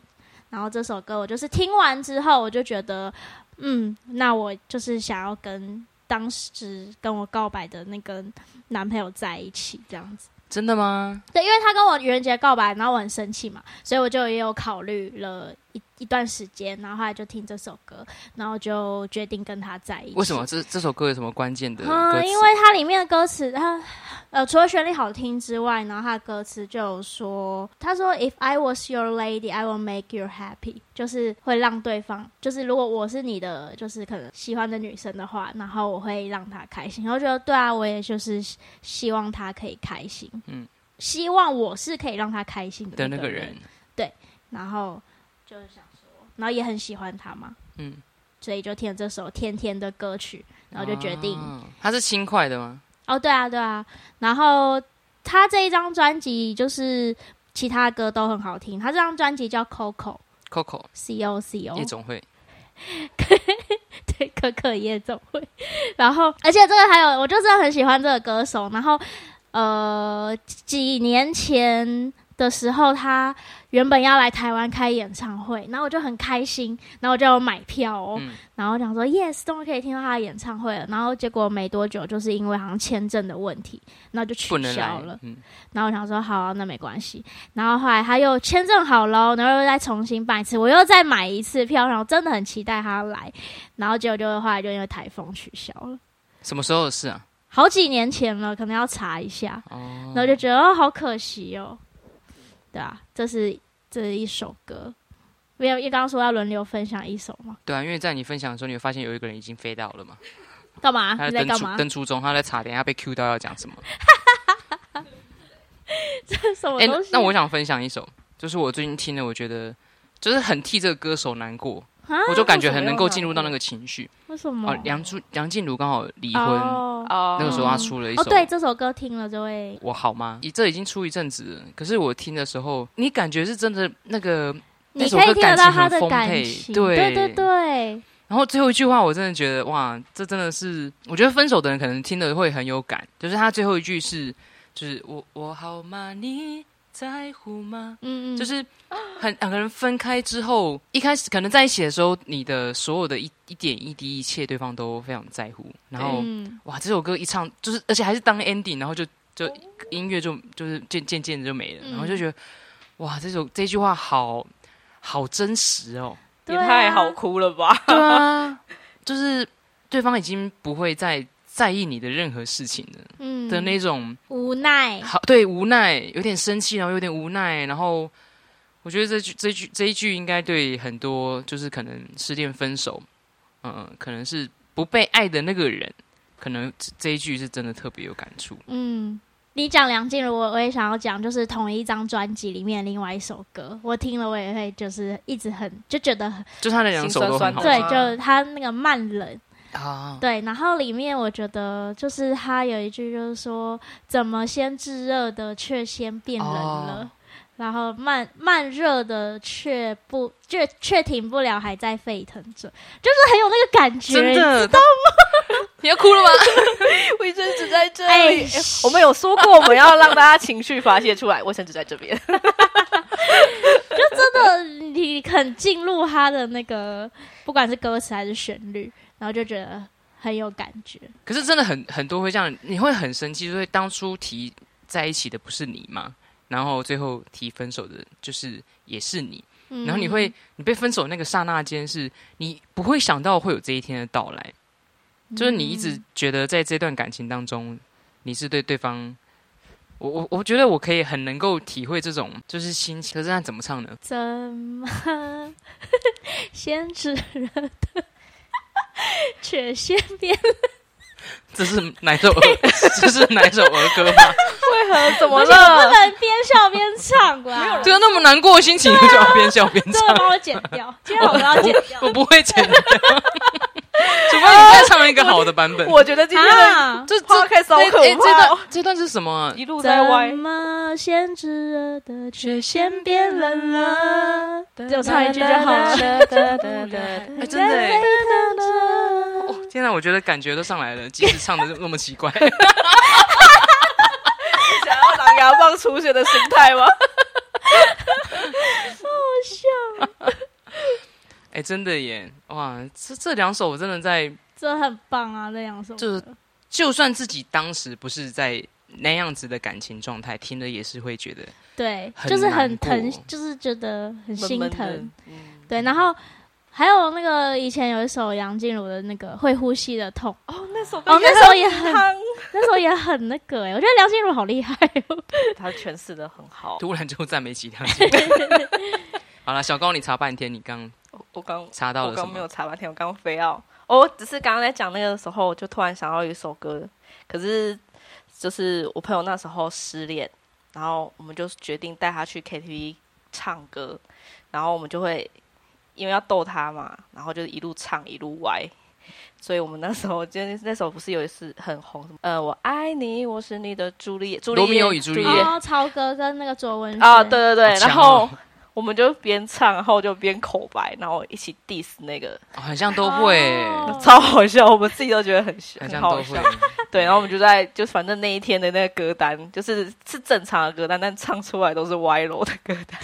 Speaker 2: 然后这首歌我就是听完之后，我就觉得，嗯，那我就是想要跟当时跟我告白的那个男朋友在一起，这样子。
Speaker 1: 真的吗？
Speaker 2: 对，因为他跟我愚人节告白，然后我很生气嘛，所以我就也有考虑了一一段时间，然后后来就听这首歌，然后就决定跟他在一起。
Speaker 1: 为什么？这这首歌有什么关键的歌
Speaker 2: 啊，
Speaker 1: 词？
Speaker 2: 因为它里面的歌词，它呃除了旋律好听之外，然后它的歌词就有说，他说 "If I was your lady, I will make you happy"，就是会让对方，就是如果我是你的，就是可能喜欢的女生的话，然后我会让她开心。然后觉得对啊，我也就是希希望她可以开心，嗯
Speaker 1: 嗯，
Speaker 2: 希望我是可以让她开心的
Speaker 1: 的
Speaker 2: 那
Speaker 1: 那
Speaker 2: 个
Speaker 1: 个
Speaker 2: 人，
Speaker 1: 人，
Speaker 2: 然后就是想说，然后也很喜欢她嘛，
Speaker 1: 嗯，
Speaker 2: 所以就听了这首甜甜的歌曲，然后就决定。
Speaker 1: 啊他是轻快的吗？
Speaker 2: 哦，对啊，对啊。然后他这一张专辑就是其他歌都很好听，他这张专辑叫 Coco。
Speaker 1: Coco
Speaker 2: C O C O，
Speaker 1: 夜总会，
Speaker 2: 对，可可夜总会。然后，而且这个还有，我就真的很喜欢这个歌手。然后，呃，几年前的时候，他原本要来台湾开演唱会，然后我就很开心，然后我就有买票哦。
Speaker 1: 嗯
Speaker 2: 然后想说 yes，终于可以听到他的演唱会了。然后结果没多久，就是因为好像签证的问题，然后就取
Speaker 1: 不能
Speaker 2: 消
Speaker 1: 来
Speaker 2: 了，。
Speaker 1: 嗯，
Speaker 2: 然后我想说好、啊，那没关系。然后后来他又签证好喽，然后又再重新办一次，我又再买一次票，然后真的很期待他来。然后结果就后来就因为台风取消了，
Speaker 1: 什么时候的事啊？
Speaker 2: 好几年前了，可能要查一下。
Speaker 1: 哦
Speaker 2: 然后就觉得哦，好可惜哦。对啊，这是这是一首歌，没有，因为刚刚说要轮流分享一首嘛，
Speaker 1: 对啊，因为在你分享的时候，你会发现有一个人已经飞到了嘛，
Speaker 2: 干嘛？
Speaker 1: 他
Speaker 2: 啊你
Speaker 1: 在
Speaker 2: 在
Speaker 1: 登
Speaker 2: 干
Speaker 1: 出
Speaker 2: 嘛？
Speaker 1: 登出中，他在查，等一下被 Q 到要讲什么。
Speaker 2: 什么
Speaker 1: 哎、
Speaker 2: 东西？
Speaker 1: 那我想分享一首，就是我最近听了，我觉得就是很替这个歌手难过，
Speaker 2: 啊
Speaker 1: 我就感觉很能够
Speaker 3: 为什么要
Speaker 1: 进入到
Speaker 3: 难过
Speaker 1: 那个情绪。
Speaker 2: 为什么
Speaker 1: 哦，？梁祝梁静茹刚好离婚，
Speaker 2: 哦
Speaker 3: 哦
Speaker 1: 那个时候他出了一首。
Speaker 2: 哦，对，这首歌听了就会
Speaker 1: 我好吗？你这已经出一阵子了，可是我听的时候，你感觉是真的那个
Speaker 2: 你
Speaker 1: 那首
Speaker 2: 可以
Speaker 1: 歌
Speaker 2: 听得
Speaker 1: 感
Speaker 2: 到
Speaker 1: 情
Speaker 2: 他
Speaker 1: 很
Speaker 2: 的
Speaker 1: 丰
Speaker 2: 感
Speaker 1: 沛
Speaker 2: 情，
Speaker 1: 对
Speaker 2: 对对对
Speaker 1: 然后最后一句话，我真的觉得哇，这真的是，我觉得分手的人可能听了会很有感，就是他最后一句是，就是我我好吗？你在乎吗？
Speaker 2: 嗯嗯，
Speaker 1: 就是很两个人分开之后，一开始可能在一起的时候，你的所有的一一点一滴一切，对方都非常在乎。然后、
Speaker 2: 嗯，
Speaker 1: 哇，这首歌一唱，就是而且还是当 ending，然后就就音乐就就是渐渐渐的就没了，
Speaker 2: 嗯
Speaker 1: 然后就觉得哇，这首这句话好好真实哦。
Speaker 2: 对
Speaker 3: 也
Speaker 2: 啊
Speaker 3: 太好哭了吧？
Speaker 1: 对啊， 就是对方已经不会再在意你的任何事情了
Speaker 2: 嗯
Speaker 1: 的那种
Speaker 2: 无奈，
Speaker 1: 好对无奈，有点生气，然后有点无奈，然后我觉得这句这句这一句应该对很多就是可能失恋分手，嗯、可能是不被爱的那个人，可能这这一句是真的特别有感触。
Speaker 2: 嗯。你讲梁静茹，我我也想要讲，就是同一张专辑里面另外一首歌，我听了我也会就是一直很就觉得很
Speaker 1: 就他的两首都很好啊听，
Speaker 3: 心酸酸的
Speaker 2: 对，
Speaker 3: 吗
Speaker 2: 就他那个慢冷，
Speaker 1: 啊，
Speaker 2: 对，然后里面我觉得就是他有一句就是说，怎么先炙热的却先变冷
Speaker 1: 哦
Speaker 2: 了，然后慢慢热的却不却却停不了，还在沸腾着，就是很有那个感觉。
Speaker 1: 真的，道吗？ 你要哭了吗？
Speaker 3: 卫生纸在这
Speaker 2: 哎
Speaker 3: 里、哎我们有说过我们要让大家情绪发泄出来，卫生纸在这边。
Speaker 2: 真的，你很进入他的那个，不管是歌词还是旋律，然后就觉得很有感觉。
Speaker 1: 可是真的很很多会这样，你会很生气，就是当初提在一起的不是你嘛，然后最后提分手的就是也是你，
Speaker 2: 嗯
Speaker 1: 然后你会你被分手那个刹那间是，你不会想到会有这一天的到来，
Speaker 3: 嗯
Speaker 1: 就是你一直觉得在这段感情当中，你是对对方。我我我觉得我可以很能够体会这种就是心情，可是那怎么唱呢？
Speaker 2: 怎么先炙热的， 却先变
Speaker 1: 这是哪首儿？ 这是哪首儿歌吗？，
Speaker 3: 为何？怎么
Speaker 2: 而且我不
Speaker 3: 了？
Speaker 2: 能边笑边唱啦
Speaker 1: 这个啊那么难过的心情，你
Speaker 3: 啊
Speaker 1: 为什么要边笑边
Speaker 2: 这
Speaker 1: 唱
Speaker 2: 个？帮我剪 掉，今天我都要剪掉
Speaker 1: 我不会剪的， 除非你再唱一个好的版本。
Speaker 3: 我觉得今天的
Speaker 2: 啊！
Speaker 1: 这
Speaker 3: 花
Speaker 1: 这
Speaker 3: 开好
Speaker 1: 这
Speaker 3: 可
Speaker 1: 诶这
Speaker 3: 怕
Speaker 1: 段
Speaker 3: 哦，
Speaker 1: 这段是什么啊？
Speaker 3: 一路在歪
Speaker 2: 怎。么先炙热的，却先变 冷了？只有唱一句就好了。
Speaker 1: 哎，真的诶，哦天哪！我觉得感觉都上来了，即使唱的那么奇怪，
Speaker 3: 想要狼牙棒出血的心态吗？
Speaker 1: 哎，真的耶！哇，这这两首我真的在，
Speaker 2: 这很棒啊，这两首歌
Speaker 1: 就是就算自己当时不是在那样子的感情状态，听了也是会觉得
Speaker 2: 对，
Speaker 1: 很
Speaker 2: 就是很
Speaker 1: 难过
Speaker 2: 疼，就是觉得很心
Speaker 3: 闷闷
Speaker 2: 疼。
Speaker 3: 的。嗯
Speaker 2: 对，然后还有那个以前有一首杨静茹的那个会呼吸的痛，
Speaker 3: 哦，那首
Speaker 2: 哦那时候也很
Speaker 3: 很，
Speaker 2: 那时候也很那个哎、我觉得梁静茹好厉害哦。
Speaker 3: 他诠释的很好。
Speaker 1: 突然就赞美起 他。好了，小高，你查半天，你刚
Speaker 3: 我我刚
Speaker 1: 查到
Speaker 3: 我
Speaker 1: 了什
Speaker 3: 刚没有
Speaker 1: 么？
Speaker 3: 查半天，我刚非要，哦我只是刚刚在讲那个时候，我就突然想到一首歌，可是就是我朋友那时候失恋，然后我们就决定带他去 KTV 唱歌，然后我们就会因为要逗他嘛，然后就一路唱一路歪。所以我们那时候，就是那首不是有一次很红什么？呃，我爱你，我是你的朱丽叶，朱丽叶，
Speaker 1: 罗密欧与朱丽叶
Speaker 2: 然后曹格跟那个卓文萱
Speaker 3: 啊，哦对，对对，
Speaker 1: 好强
Speaker 3: 然
Speaker 1: 哦
Speaker 3: 后我们就边唱，然后就边口白，然后一起 diss 那个，
Speaker 1: 哦好像都会，
Speaker 2: 哦
Speaker 3: 超好笑，我们自己都觉得很
Speaker 1: 好
Speaker 3: 很
Speaker 1: 像
Speaker 3: 好
Speaker 1: 都会
Speaker 3: 笑。。对，然后我们就在就反正那一天的那个歌单，就是是正常的歌单，但唱出来都是歪楼的歌单，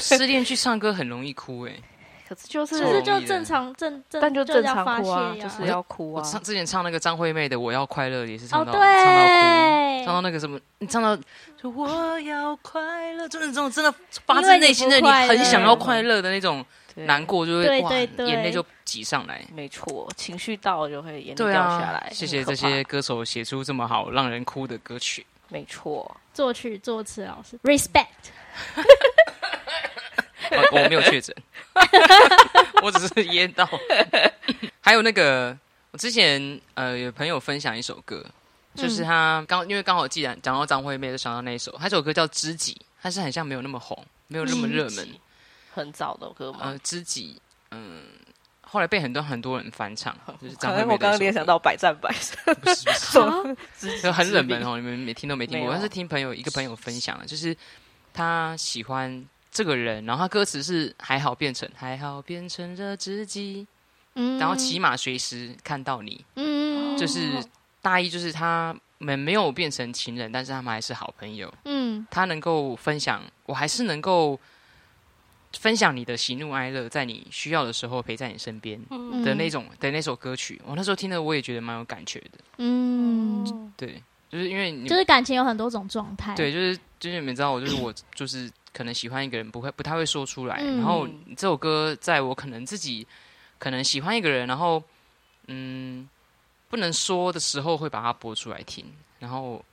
Speaker 1: 失恋去唱歌很容易哭 哎、
Speaker 3: 可是就是
Speaker 2: 其
Speaker 1: 哦
Speaker 2: 实就正常正正，
Speaker 3: 但就
Speaker 2: 就
Speaker 3: 正
Speaker 2: 要
Speaker 3: 常
Speaker 2: 发
Speaker 3: 哭啊，
Speaker 2: 泄呀
Speaker 3: 就是要哭
Speaker 1: 我
Speaker 3: 啊。
Speaker 1: 唱之前唱那个张惠妹的《我要快乐》也是
Speaker 2: 哦
Speaker 1: 唱到、唱到哭，
Speaker 2: 对
Speaker 1: 唱，到那个什么，你唱到就我要快乐，就是这种真的发自内心的，
Speaker 2: 因
Speaker 1: 你
Speaker 2: 为你不快乐
Speaker 1: 很想要快乐的那种
Speaker 3: 对
Speaker 1: 难过，就会
Speaker 2: 对
Speaker 1: 哇，
Speaker 2: 对对
Speaker 1: 眼泪就挤上来。
Speaker 3: 没错，情绪到了就会眼泪掉
Speaker 1: 对
Speaker 3: 下来
Speaker 1: 啊，。谢谢
Speaker 3: 很可
Speaker 1: 这
Speaker 3: 怕
Speaker 1: 些，歌手写出这么好让人哭的歌 曲。
Speaker 3: 没错，
Speaker 2: 作曲作词老师，respect。
Speaker 1: 哦我没有确 诊，我只是噎到。 还有那个，我之前呃有朋友分享一首歌，就是
Speaker 2: 嗯
Speaker 1: 他刚因为刚好既然讲到张惠妹，就想到那一首，他这首歌叫《知己》，它是很像没有那么红，没有那么热门。
Speaker 3: 很早的歌嘛。
Speaker 1: 呃，《知己》嗯，后来被很多很多人翻唱，就是
Speaker 3: 可
Speaker 1: 张惠
Speaker 3: 能
Speaker 1: 妹
Speaker 3: 我刚
Speaker 1: 的一首歌。
Speaker 3: 刚联想到百战百胜，
Speaker 1: 不是不 是
Speaker 2: 好，
Speaker 1: 就很冷门哦，你们没听都没听
Speaker 3: 没
Speaker 1: 过。
Speaker 3: 有
Speaker 1: 但是听朋友一个朋友分享的，就是他喜欢这个人，然后他歌词是还好变成还好变成了知己，
Speaker 2: 嗯
Speaker 1: 然后起码随时看到你，
Speaker 2: 嗯
Speaker 1: 就是大意就是他们没有变成情人，但是他们还是好朋友。
Speaker 2: 嗯
Speaker 1: 他能够分享，我还是能够分享你的喜怒哀乐，在你需要的时候陪在你身边
Speaker 2: 嗯
Speaker 1: 的那种的那首歌曲。我那时候听的，我也觉得蛮有感觉的。
Speaker 2: 嗯，
Speaker 1: 对，就是因为你
Speaker 2: 就是感情有很多种状态，
Speaker 1: 对，就是就是你们知道，我就是我就是可能喜欢一个人不会不太会说出来，然后
Speaker 3: 嗯
Speaker 1: 这首歌在我可能自己可能喜欢一个人，然后嗯不能说的时候会把它播出来听，然后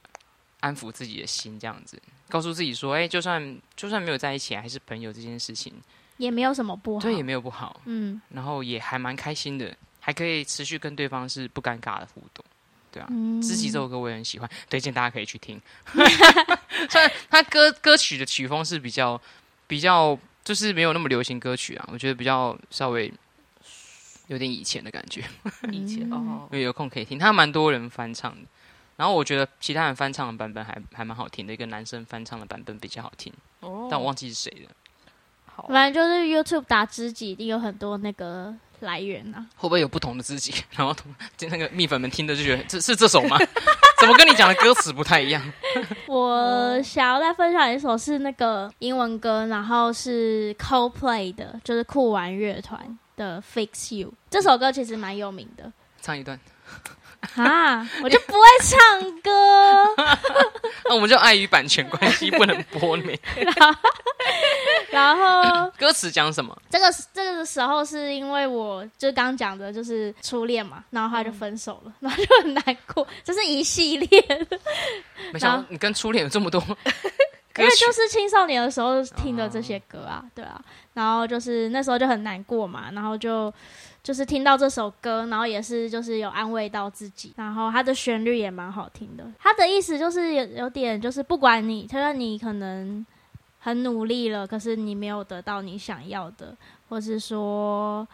Speaker 1: 安抚自己的心，这样子告诉自己说，哎、就算就算没有在一起，还是朋友这件事情，
Speaker 2: 也没有什么不好，
Speaker 1: 对也没有不好，
Speaker 2: 嗯
Speaker 1: 然后也还蛮开心的，还可以持续跟对方是不尴尬的互动。
Speaker 2: 嗯，
Speaker 1: 知己这首歌我也很喜欢，推荐大家可以去听。 虽然它歌歌曲的曲风是比较比较，就是没有那么流行歌曲啊，我觉得比较稍微有点以前的感觉，
Speaker 3: 以前
Speaker 2: 嗯
Speaker 3: 哦，
Speaker 1: 因为有空可以听，他蛮多人翻唱的。然后我觉得其他人翻唱的版本还还蛮好听的，一个男生翻唱的版本比较好听，
Speaker 3: 哦
Speaker 1: 但我忘记是谁了。
Speaker 3: 好
Speaker 2: 反正就是 YouTube 打知己，一定有很多那个来源啊。
Speaker 1: 会不会有不同的自己？ 然后同就那个蜜粉们听的就觉得这是这首吗？ 怎么跟你讲的歌词不太一样？哦
Speaker 2: 我想要再分享一首是那个英文歌，然后是 Coldplay 的，就是酷玩乐团的 Fix You。这首歌其实蛮有名 的
Speaker 1: 唱一段，
Speaker 2: 啊，我就不会唱歌。
Speaker 1: 那、我们就碍于版权关系不能播你。
Speaker 2: 然后
Speaker 1: 歌词讲什么？
Speaker 2: 这个这个时候是因为我就刚讲的就是初恋嘛，然后他就分手了， 然后就很难过，这是一系列的。
Speaker 1: 没想到你跟初恋有这么多
Speaker 2: 因
Speaker 1: 歌
Speaker 2: 为
Speaker 1: 曲哦
Speaker 2: 就，是青少年的时候听的这些歌啊，对啊，然后就是那时候就很难过嘛，然后就就是听到这首歌，然后也是就是有安慰到自己，然后它的旋律也蛮好听的，它的意思就是有有点就是不管你，他说你可能很努力了，可是你没有得到你想要的，或是说。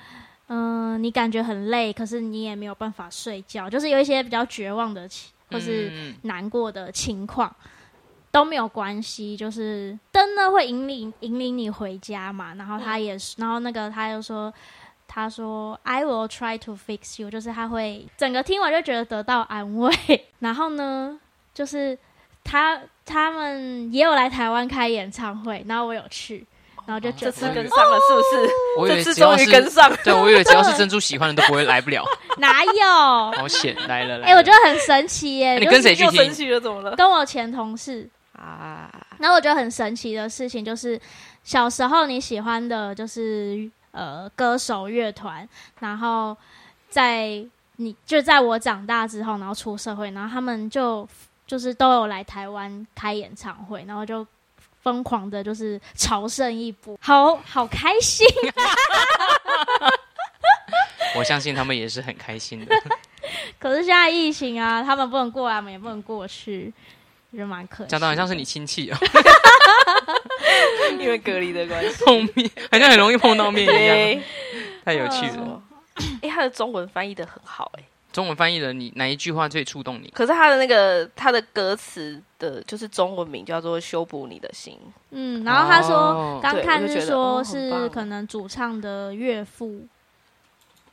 Speaker 2: 嗯，你感觉很累，可是你也没有办法睡觉，就是有一些比较绝望的情，或是
Speaker 1: 嗯
Speaker 2: 难过的情况都没有关系，就是灯呢会引领引领你回家嘛。然后
Speaker 1: 嗯
Speaker 2: 他也是，然后那个他又说，他说 I will try to fix you，就是他会整个听完就觉得得到安慰。 然后呢，就是他他们也有来台湾开演唱会，然后我有去，然后就觉
Speaker 3: 这
Speaker 1: 哦
Speaker 2: 得
Speaker 3: 次跟上了是
Speaker 1: 我
Speaker 3: 不
Speaker 1: 以
Speaker 3: 是？
Speaker 1: 为
Speaker 3: 这次
Speaker 1: 只要
Speaker 3: 终于跟
Speaker 1: 是
Speaker 3: 上了，
Speaker 1: 对，我以为只要是珍珠喜欢的都不会来不了，
Speaker 2: 哪有？
Speaker 1: 好险来了来
Speaker 2: 哎、
Speaker 1: 了。
Speaker 2: 我觉得很神奇耶、
Speaker 1: 你
Speaker 2: 就
Speaker 1: 跟
Speaker 2: 是
Speaker 1: 谁去
Speaker 3: 又
Speaker 1: 听
Speaker 3: 生气了，怎么了？
Speaker 2: 跟我前同事，
Speaker 3: 啊，
Speaker 2: 然后我觉得很神奇的事情就是，小时候你喜欢的就是呃歌手乐团，然后在你就在我长大之后，然后出社会，然后他们就就是都有来台湾开演唱会，然后就疯狂的就是朝圣一波，好好开心。
Speaker 1: 我相信他们也是很开心的。
Speaker 2: 可是现在疫情啊，他们不能过来，我们也不能过去，就蛮可惜。
Speaker 1: 讲到很像是你亲戚哦，
Speaker 3: 因为隔离的关系。
Speaker 1: 碰面好像很容易碰到面一样，
Speaker 3: 对，
Speaker 1: 太有趣
Speaker 2: 嗯
Speaker 1: 了。
Speaker 3: 哎，他的中文翻译的很好，哎，
Speaker 1: 中文翻译了你哪一句话最触动你？
Speaker 3: 可是他的那个他的歌词的，就是中文名叫做《修补你的心
Speaker 2: 嗯，然后他说
Speaker 1: 哦
Speaker 2: 刚
Speaker 3: 对
Speaker 2: 看
Speaker 3: 我就觉
Speaker 2: 是
Speaker 3: 得
Speaker 2: 说
Speaker 3: 哦很棒
Speaker 2: 是可能主唱的岳父。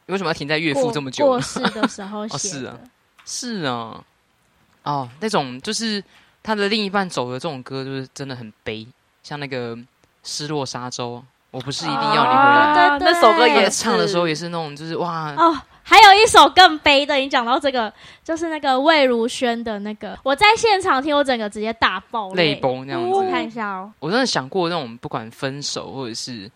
Speaker 1: 为什么要停在岳父
Speaker 2: 过
Speaker 1: 这么久
Speaker 2: 过
Speaker 1: 呢？
Speaker 2: 世的时候
Speaker 1: 哦
Speaker 2: 写
Speaker 1: 是
Speaker 2: 的。
Speaker 1: 啊是啊，哦，那种就是他的另一半走的这种歌，就是真的很悲，像那个《失落沙洲》，我不是一定要你》。回来。
Speaker 2: 啊对对
Speaker 3: 那首
Speaker 1: 他
Speaker 3: 歌也
Speaker 1: 在
Speaker 3: 是
Speaker 1: 唱的时候也是那种，就是哇，
Speaker 2: 哦，还有一首更悲的，你讲到这个，就是那个魏如萱的那个，我在现场听，我整个直接大爆
Speaker 1: 泪崩这样
Speaker 2: 我看一
Speaker 1: 子。
Speaker 2: 下哦，
Speaker 1: 我真的想过那种不管分手或者是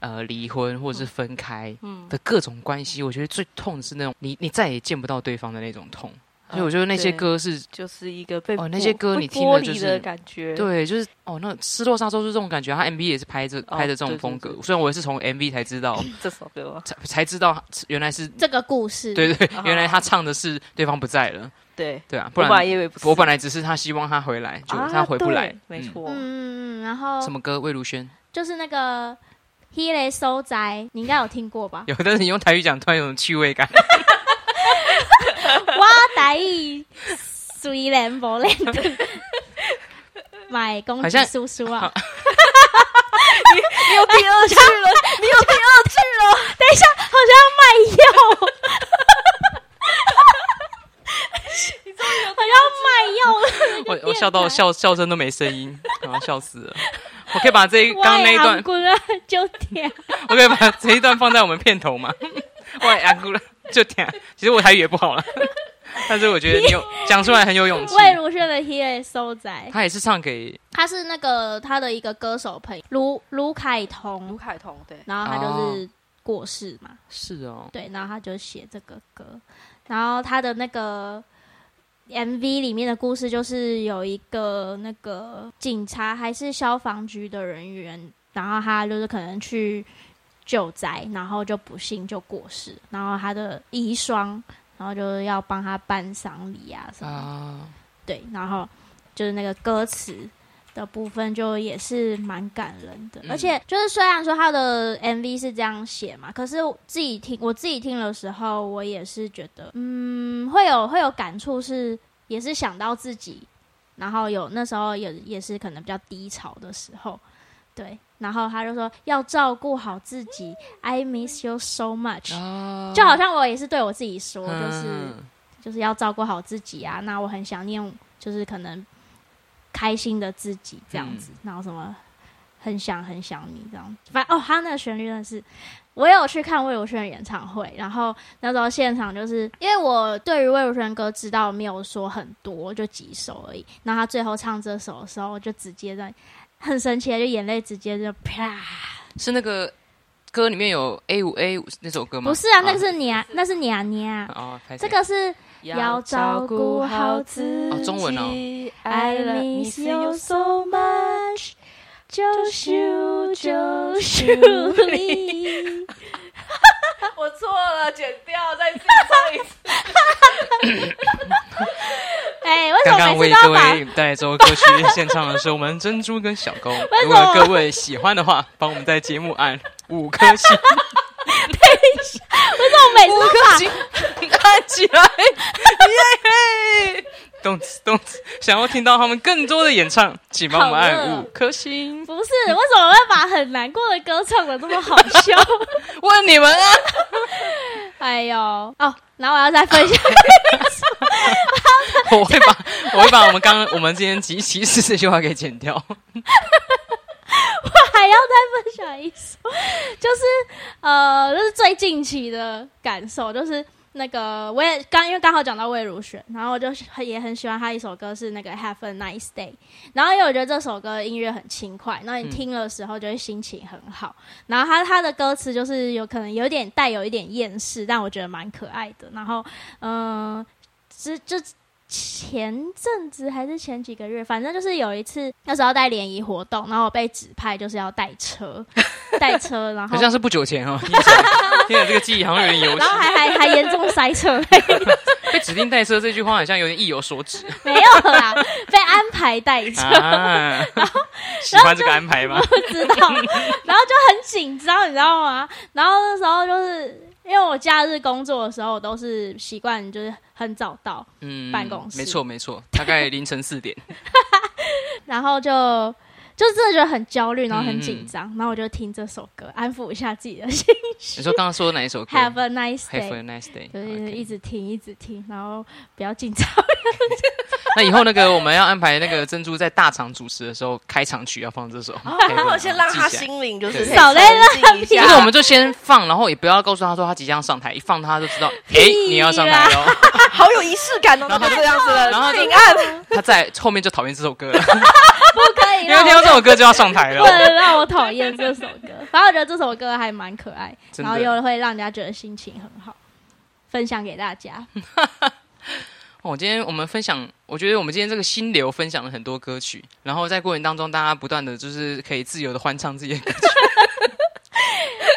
Speaker 1: 呃离婚或者是分开
Speaker 3: 嗯
Speaker 1: 的各种关系，我觉得最痛的是那种你你再也见不到对方的那种痛。所以我觉得那些
Speaker 3: 哦对
Speaker 1: 歌是
Speaker 3: 就是一个被
Speaker 1: 哦
Speaker 3: 剥
Speaker 1: 那些歌你
Speaker 3: 被
Speaker 1: 听了
Speaker 3: 剥离
Speaker 1: 就是
Speaker 3: 的感觉，
Speaker 1: 对，就是哦，那《失落沙洲》是这种感觉，他 MV 也是拍这
Speaker 3: 哦
Speaker 1: 拍的这种
Speaker 3: 对对
Speaker 1: 风格。
Speaker 3: 对
Speaker 1: 虽然我也是从 MV 才知 道，
Speaker 3: 这首歌吗
Speaker 1: 才才知道原来是
Speaker 2: 这个故事，
Speaker 1: 对对，
Speaker 3: 哦
Speaker 1: 原来他唱的是对方不在了，
Speaker 3: 对，
Speaker 1: 对啊，不
Speaker 3: 我本来
Speaker 1: 然
Speaker 3: 以为不是，
Speaker 1: 我本来只是他希望他回来，就
Speaker 3: 啊
Speaker 1: 他回不来
Speaker 3: 对，没
Speaker 1: 嗯。
Speaker 3: 错，
Speaker 2: 嗯，嗯嗯，然后
Speaker 1: 什么歌？魏如萱？
Speaker 2: 就是那个。黑雷收宅，你应该有听过吧
Speaker 1: 有，但是你用台语讲，突然有种趣味感。
Speaker 2: 哇，台语虽然不认 得，买公
Speaker 1: 好
Speaker 2: 鸡
Speaker 1: 像
Speaker 2: 叔叔 啊，
Speaker 3: 你有第二句了，你有第二句了，
Speaker 2: 等一下好像要卖药，好像要卖药
Speaker 1: 我我笑到
Speaker 2: 啊
Speaker 1: 笑笑声都没声 音，啊，笑死了。我可以把这一刚刚那一段，
Speaker 2: 滚啊，就点。
Speaker 1: 我可以把这一段放在我们片头 吗？哇，阿姑了，就点。其实我台语也不 好了，但是我觉得你有讲出来很有勇气。
Speaker 2: 魏如萱的 Here 收窄，
Speaker 1: 他也是唱给
Speaker 2: 他是那个他的一个歌手朋友卢卢凯
Speaker 3: 嗯卢
Speaker 2: 彤，
Speaker 3: 凯彤对，
Speaker 2: 然后他
Speaker 1: 哦
Speaker 2: 就是过世嘛，
Speaker 1: 是哦，
Speaker 2: 对，然后他就写这个歌，然后他的那个。MV 里面的故事就是有一个那个警察还是消防局的人员，然后他就是可能去救灾，然后就不幸就过世，然后他的遗孀，然后就要帮他办丧礼啊什么的
Speaker 1: 啊，
Speaker 2: 对，然后就是那个歌词，的部分就也是蛮感人的，
Speaker 1: 嗯
Speaker 2: 而且就是虽然说他的 MV 是这样写嘛，可是我自己听我自己听的时候，我也是觉得，嗯，会有会有感触是，也是想到自己，然后有那时候也也是可能比较低潮的时候，对，然后他就说要照顾好自己，I miss you so much，、
Speaker 1: 啊
Speaker 2: 就好像我也是对我自己说，就是。
Speaker 1: 嗯
Speaker 2: 就是要照顾好自己啊。那我很想念，就是可能开心的自己这样子，然后什么很想很想你这样子。反正哦，他那个旋律真的是，我有去看魏如萱的演唱会，然后那时候现场就是因为我对于魏如萱歌知道没有说很多，就几首而已。然后他最后唱这首的时候，我就直接在很神奇的，就眼泪直接就啪。
Speaker 1: 是那个歌里面有 A 五 A 五那首歌吗？
Speaker 2: 不是啊，那
Speaker 1: 啊
Speaker 2: 个是你啊，那是你啊你啊，
Speaker 1: 哦，拍谁
Speaker 2: 这个是要照顾好自
Speaker 1: 哦中文哦
Speaker 3: 爱
Speaker 2: I
Speaker 3: 了你
Speaker 2: miss
Speaker 3: 是有
Speaker 2: you so much，就是就是你。
Speaker 3: 我错了，剪掉，再自己唱一次。
Speaker 2: 哎，为什
Speaker 1: 刚
Speaker 2: 么
Speaker 1: 刚
Speaker 2: 每
Speaker 1: 为
Speaker 2: 次都
Speaker 1: 各
Speaker 2: 要把？
Speaker 1: 位带周歌曲献唱的是我们珍珠跟小 公。如
Speaker 2: 什
Speaker 1: 果
Speaker 2: 么
Speaker 1: 各位喜欢的话，帮我们在节目按五颗 星，
Speaker 2: 为什么每次都 把？
Speaker 1: 按起来，耶嘿！动词动词，想要听到他们更多的演唱，请帮我们
Speaker 2: 好
Speaker 1: 按
Speaker 2: 热
Speaker 1: 五颗星。
Speaker 2: 不是，为什么会把很难过的歌唱的这么好 笑？
Speaker 1: 问你们 啊，
Speaker 2: 哎呦，哦，然后我要再分 享，
Speaker 1: 我会把我会把我们刚刚我们今天集齐四这句话给剪掉。
Speaker 2: 还要再分享一首，就是呃，就是最近期的感受，就是那个我也刚因为刚好讲到魏如萱，然后我就很也很喜欢她一首歌是那个 Have a Nice Day，然后因为我觉得这首歌音乐很轻快，那
Speaker 1: 嗯
Speaker 2: 你听的时候就会心情很好。然后它它的歌词就是有可能有点带有一点厌世，但我觉得蛮可爱的。然后嗯、呃，之就。前阵子还是前几个月，反正就是有一次，那时候带联谊活动，然后我被指派就是要带 车，带车，然后
Speaker 1: 好像是不久前哦，听起来听起来这个记忆好像有点犹 豫
Speaker 2: 然。后还还还严重塞车，
Speaker 1: 被指定带车这句话好像有点意有所指
Speaker 2: 没有啦，被安排带车，
Speaker 1: 啊。 喜欢这个安排吗？
Speaker 2: 不知道，然后就很紧张，你知道吗？然后那时候就是因为我假日工作的时候，我都是习惯就是很早到，
Speaker 1: 嗯
Speaker 2: 办公室
Speaker 1: 没错没错，大概凌晨四 点。
Speaker 2: 然后就就真的觉得很焦虑，然后
Speaker 1: 嗯
Speaker 2: 很紧张，然后我就听这首歌安抚一下自己的心
Speaker 1: 你说刚刚说哪一首歌
Speaker 2: ，Have a nice
Speaker 1: Have
Speaker 2: day。
Speaker 1: a nice day
Speaker 2: 就是
Speaker 1: OK
Speaker 2: 一直听，一直听，然后不要紧张。
Speaker 1: 那以后那个我们要安排那个珍珠在大场主持的时候，开场曲要放这首。
Speaker 2: 哦
Speaker 3: 然后我先让他
Speaker 1: 记起来。
Speaker 3: 心灵就
Speaker 1: 对
Speaker 3: 是可以沉静一
Speaker 1: 就是我
Speaker 3: 下，
Speaker 1: 们就先放，然后也不要告诉他说他即将上台，一放他就 知道，诶，你要上台喽。
Speaker 2: 啊
Speaker 3: 好有仪式感哦，
Speaker 1: 然后
Speaker 3: 都这样子 了，
Speaker 1: 然后就
Speaker 3: 请按
Speaker 1: 他在后面就讨厌这首歌了，
Speaker 2: 不可以
Speaker 1: 因为
Speaker 2: 让
Speaker 1: 听到这
Speaker 2: 我，
Speaker 1: 首歌就啊要上台
Speaker 2: 不
Speaker 1: 了。
Speaker 2: 能让我讨厌这首歌。反正我觉得这首歌还蛮可爱，
Speaker 1: 真
Speaker 2: 然
Speaker 1: 的
Speaker 2: 后又会让人家觉得心情很好，分享给大家。
Speaker 1: 哦，今天我们分享，我觉得我们今天这个心流分享了很多歌曲，然后在过程当中，大家不断的就是可以自由的欢唱自己的歌曲。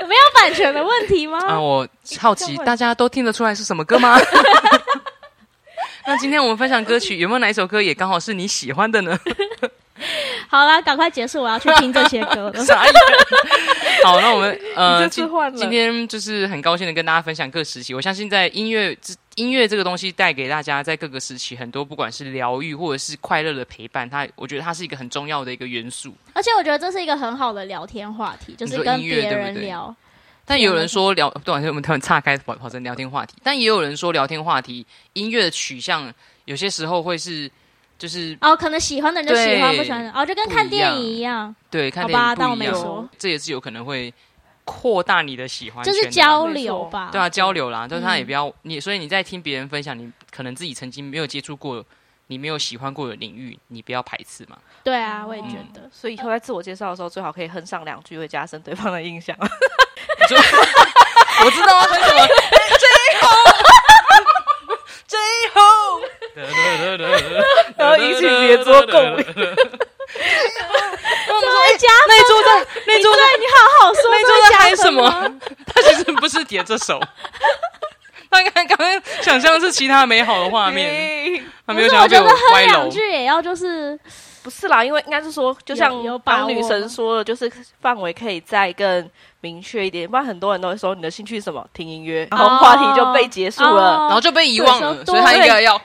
Speaker 2: 没有版权的问题吗？
Speaker 1: 啊，我好奇大家都听得出来是什么歌吗？ 那今天我们分享歌曲，有没有哪一首歌也刚好是你喜欢的呢？
Speaker 2: 好啦，赶快结束，我要去听这些歌 了。
Speaker 1: 傻眼。好，那我们呃，
Speaker 3: 你这次
Speaker 1: 今
Speaker 3: 换了
Speaker 1: 今天就是很高兴的跟大家分享各时期。我相信在音乐之音乐这个东西带给大家在各个时期很多，不管是疗愈或者是快乐的陪伴，它我觉得它是一个很重要的一个元素。
Speaker 2: 而且我觉得这是一个很好的聊天话题，就
Speaker 1: 你
Speaker 2: 是
Speaker 1: 说
Speaker 2: 跟
Speaker 1: 音乐
Speaker 2: 别
Speaker 1: 对不
Speaker 2: 人
Speaker 1: 对
Speaker 2: 聊。
Speaker 1: 但也
Speaker 2: 啊
Speaker 1: 有人说聊，不好意思，我们突然岔开跑跑成聊天话题。但也有人说聊天话题音乐的取向有些时候会是就是
Speaker 2: 哦，可能喜欢的人就喜欢，
Speaker 1: 对
Speaker 2: 不喜欢的人哦，就跟
Speaker 1: 不
Speaker 2: 看
Speaker 1: 一
Speaker 2: 电
Speaker 1: 样
Speaker 2: 影一样，
Speaker 1: 对看
Speaker 2: 好
Speaker 1: 电
Speaker 2: 吧
Speaker 1: 影
Speaker 2: 当我
Speaker 1: 不一
Speaker 2: 没
Speaker 1: 样，
Speaker 2: 说
Speaker 1: 这也是有可能会扩大你的喜欢
Speaker 2: 就
Speaker 1: 圈
Speaker 2: 是
Speaker 1: 的
Speaker 2: 交
Speaker 3: 没
Speaker 2: 流
Speaker 3: 错
Speaker 2: 吧。
Speaker 1: 对啊，交流啦，但是他也
Speaker 2: 嗯
Speaker 1: 不要你，所以你在听别人分享，你可能自己曾经没有接触过，你没有喜欢过的领域，你不要排斥嘛。
Speaker 2: 对啊，我也觉
Speaker 1: 嗯
Speaker 2: 得。
Speaker 3: 所以以后在自我介绍的时候，最好可以哼上两句，会加深对方的印象。
Speaker 1: 你说 我知道啊，很什 么
Speaker 3: 最 后， 然后引起你的桌共鸣。
Speaker 2: 这会加分
Speaker 1: 那一桌在那一
Speaker 2: 你
Speaker 1: 桌在
Speaker 2: 对你好好说，
Speaker 1: 那一
Speaker 2: 这
Speaker 1: 桌在
Speaker 2: 会加
Speaker 1: 嗨什
Speaker 2: 分吗？
Speaker 1: 么？ 他其实不是点这首， 他刚刚刚想象是其他美好的画面，他没有
Speaker 2: 可是
Speaker 1: 想要
Speaker 2: 哎我
Speaker 1: 被
Speaker 2: 觉得哼
Speaker 1: 歪
Speaker 2: 两
Speaker 1: 楼
Speaker 2: 句。也要就是
Speaker 3: 不是啦，因为应该是说，就像
Speaker 2: 有有把
Speaker 3: 刚
Speaker 2: 握
Speaker 3: 女
Speaker 2: 吗
Speaker 3: 神说的，就是范围可以再更明确一点，不然很多人都会说你的兴趣是什么，听音乐，然后话题就被结束了。
Speaker 1: 然后就被遗忘
Speaker 2: 啊对
Speaker 1: 了，
Speaker 2: 说
Speaker 1: 所以他应该要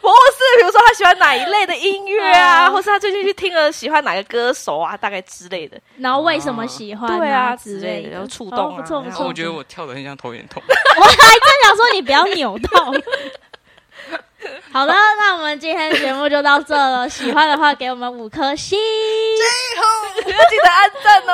Speaker 3: 不是，比如说他喜欢哪一类的音乐啊，
Speaker 2: 嗯
Speaker 3: 或是他最近去听了喜欢哪个歌手啊，大概之类的。
Speaker 2: 哦然后为什么喜欢、
Speaker 3: 对啊
Speaker 2: 之
Speaker 3: 之类的
Speaker 2: 的，
Speaker 3: 然后触动啊
Speaker 2: 哦不错不
Speaker 3: 然
Speaker 1: 然后
Speaker 2: 错。
Speaker 1: 我觉得我跳的很像头有点痛。
Speaker 2: 我还真想说你不要扭到。好了，那我们今天的节目就到这了。喜欢的话，给我们五颗星。
Speaker 3: 记得按赞哦